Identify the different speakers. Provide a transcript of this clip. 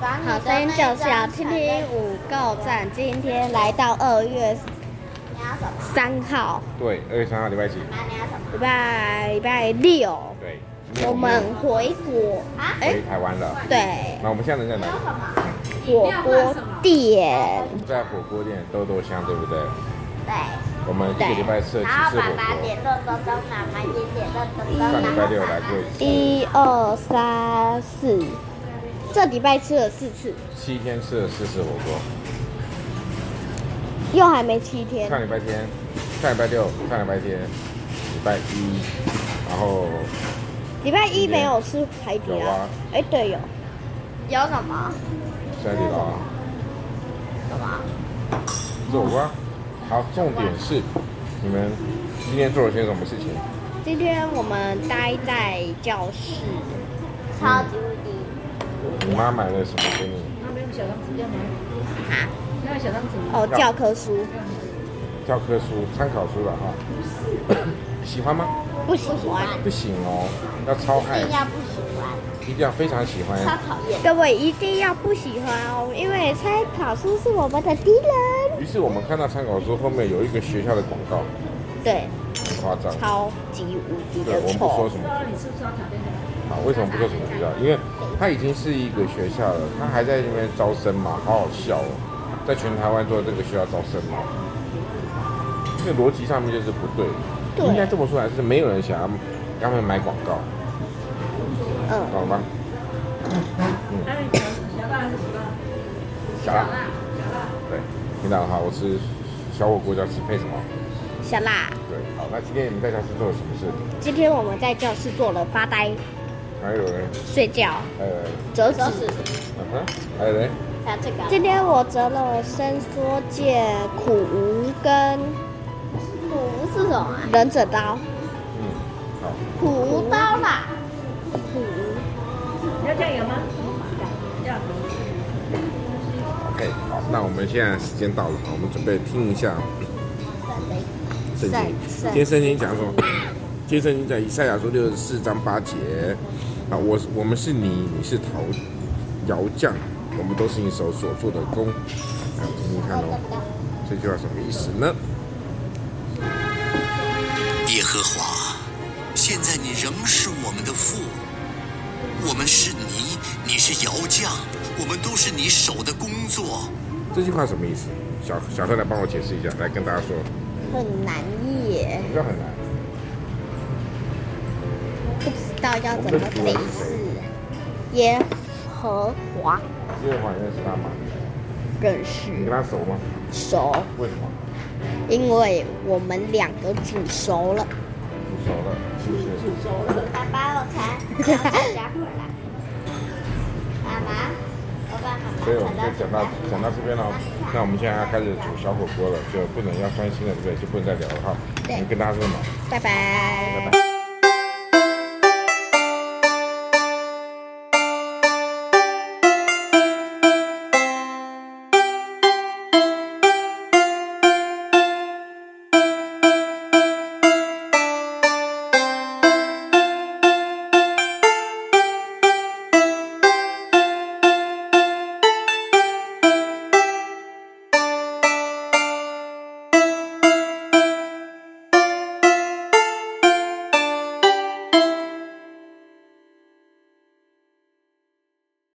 Speaker 1: 把你
Speaker 2: 好
Speaker 1: 的
Speaker 2: 声音
Speaker 1: 那
Speaker 2: 就是要
Speaker 1: 张
Speaker 2: 听
Speaker 1: 传
Speaker 2: 听
Speaker 1: 给
Speaker 2: 五够赞。今天来到二月
Speaker 1: 你要什么？
Speaker 2: 三号，
Speaker 3: 对，二月三号礼拜几？
Speaker 1: 啊，你要什么？
Speaker 2: 礼拜礼拜六，
Speaker 3: 对，
Speaker 2: 我们回国，
Speaker 1: 啊？
Speaker 2: 哎
Speaker 3: 回台湾了。
Speaker 2: 对，
Speaker 3: 那我们现在人在哪
Speaker 1: 你要什么？
Speaker 3: 里？
Speaker 2: 火锅店，
Speaker 3: 我们在火锅店豆豆香，对不对？
Speaker 1: 对。
Speaker 3: 我们一个礼拜吃了几
Speaker 1: 然后
Speaker 3: 次
Speaker 1: 爸
Speaker 3: 火
Speaker 1: 爸
Speaker 3: 锅？
Speaker 1: 点肉兜兜，妈妈也点肉兜兜，
Speaker 3: 上礼拜六
Speaker 1: 然后
Speaker 3: 来过
Speaker 1: 妈妈
Speaker 3: 一次，
Speaker 2: 一二三四，这礼拜吃了四次，
Speaker 3: 七天吃了四次火锅。
Speaker 2: 又还没七天，
Speaker 3: 上礼拜天，上礼拜六，上礼拜天，礼拜一，然后
Speaker 2: 礼拜一没有吃海底
Speaker 3: 有
Speaker 2: 捞
Speaker 3: 啊，
Speaker 2: 哎对有，
Speaker 1: 有什么？
Speaker 3: 下地了啊，
Speaker 1: 什么？
Speaker 3: 吃火锅啊。好，重点是你们今天做了些什么事情？
Speaker 2: 今天我们待在教室，
Speaker 1: 超级无敌！
Speaker 3: 你妈买了什么给你？
Speaker 2: 哦教科书
Speaker 3: 教科书、参考书了哈、 喜欢吗？
Speaker 2: 不喜欢，
Speaker 3: 不行哦，要超爱
Speaker 1: 一定，要不喜欢，
Speaker 3: 一定要非常喜欢。
Speaker 1: 超讨 厌。
Speaker 2: 各位一定要不喜欢哦，因为参考书是我们的敌人，
Speaker 3: 于是我们看到参考书后面有一个学校的广告，
Speaker 2: 对，
Speaker 3: 很夸张。
Speaker 2: 超级无敌
Speaker 3: 对，
Speaker 2: 的
Speaker 3: 我们不说
Speaker 2: 丑，
Speaker 3: 什么学校。啊，为什么不说什么学校？因为它已经是一个学校了，它还在那边招生嘛，好好笑哦，在全台湾做这个学校招生嘛，这逻辑上面就是不对。
Speaker 2: 对
Speaker 3: 应该这么说，还是没有人想要给他们买广告，
Speaker 2: 嗯，
Speaker 3: 懂吗？嗯，小辣，对，听到了哈，我吃小火锅要吃配什么？
Speaker 2: 小辣。
Speaker 3: 对，好，那今天你们在家是做了什么事？
Speaker 2: 今天我们在教室坐了发呆、
Speaker 3: 还有人，
Speaker 2: 睡觉、
Speaker 3: 还有人，
Speaker 2: 折纸
Speaker 1: 都。是
Speaker 3: 嗯哼，还有人，
Speaker 1: 像这个
Speaker 2: 今天我折了伸缩界、苦无跟
Speaker 1: 苦是什么啊？
Speaker 2: 忍者刀。
Speaker 3: 嗯，好，
Speaker 1: 苦刀啦，
Speaker 2: 苦无
Speaker 4: 你要加油吗？
Speaker 3: OK，好，那我们现在时间到了，我们准备听一下圣经。今天圣经讲什么？今天圣经讲以赛亚书六十四章八节啊，我我们是你，你是陶窑匠，我们都是你手所做的工。来，我们听听看哦，这句话什么意思呢？
Speaker 5: 耶和华，现在你仍是我们的父，我们是你，你是窑匠，我们都是你手的工作。
Speaker 3: 这句话什么意思？小小特来帮我解释一下，来跟大家说，
Speaker 2: 很难耶，
Speaker 3: 这很难。
Speaker 2: 不知道要怎么解释。耶和华
Speaker 3: 因为好认识他吗？
Speaker 2: 认
Speaker 3: 你跟
Speaker 2: 识
Speaker 3: 他熟吗？
Speaker 2: 熟，
Speaker 3: 为什么？
Speaker 2: 因为我们两个煮熟了。
Speaker 3: 不熟了，是不是？
Speaker 1: 爸爸我才刚才加回来。妈妈，我爸妈
Speaker 3: 所以我们就讲到讲到这边了，那我们现在要开始煮小火锅了，就不能要专心了，对不对？就不能再聊了哈。
Speaker 2: 对
Speaker 3: 你跟大家说什么？
Speaker 2: 拜拜。
Speaker 3: 拜拜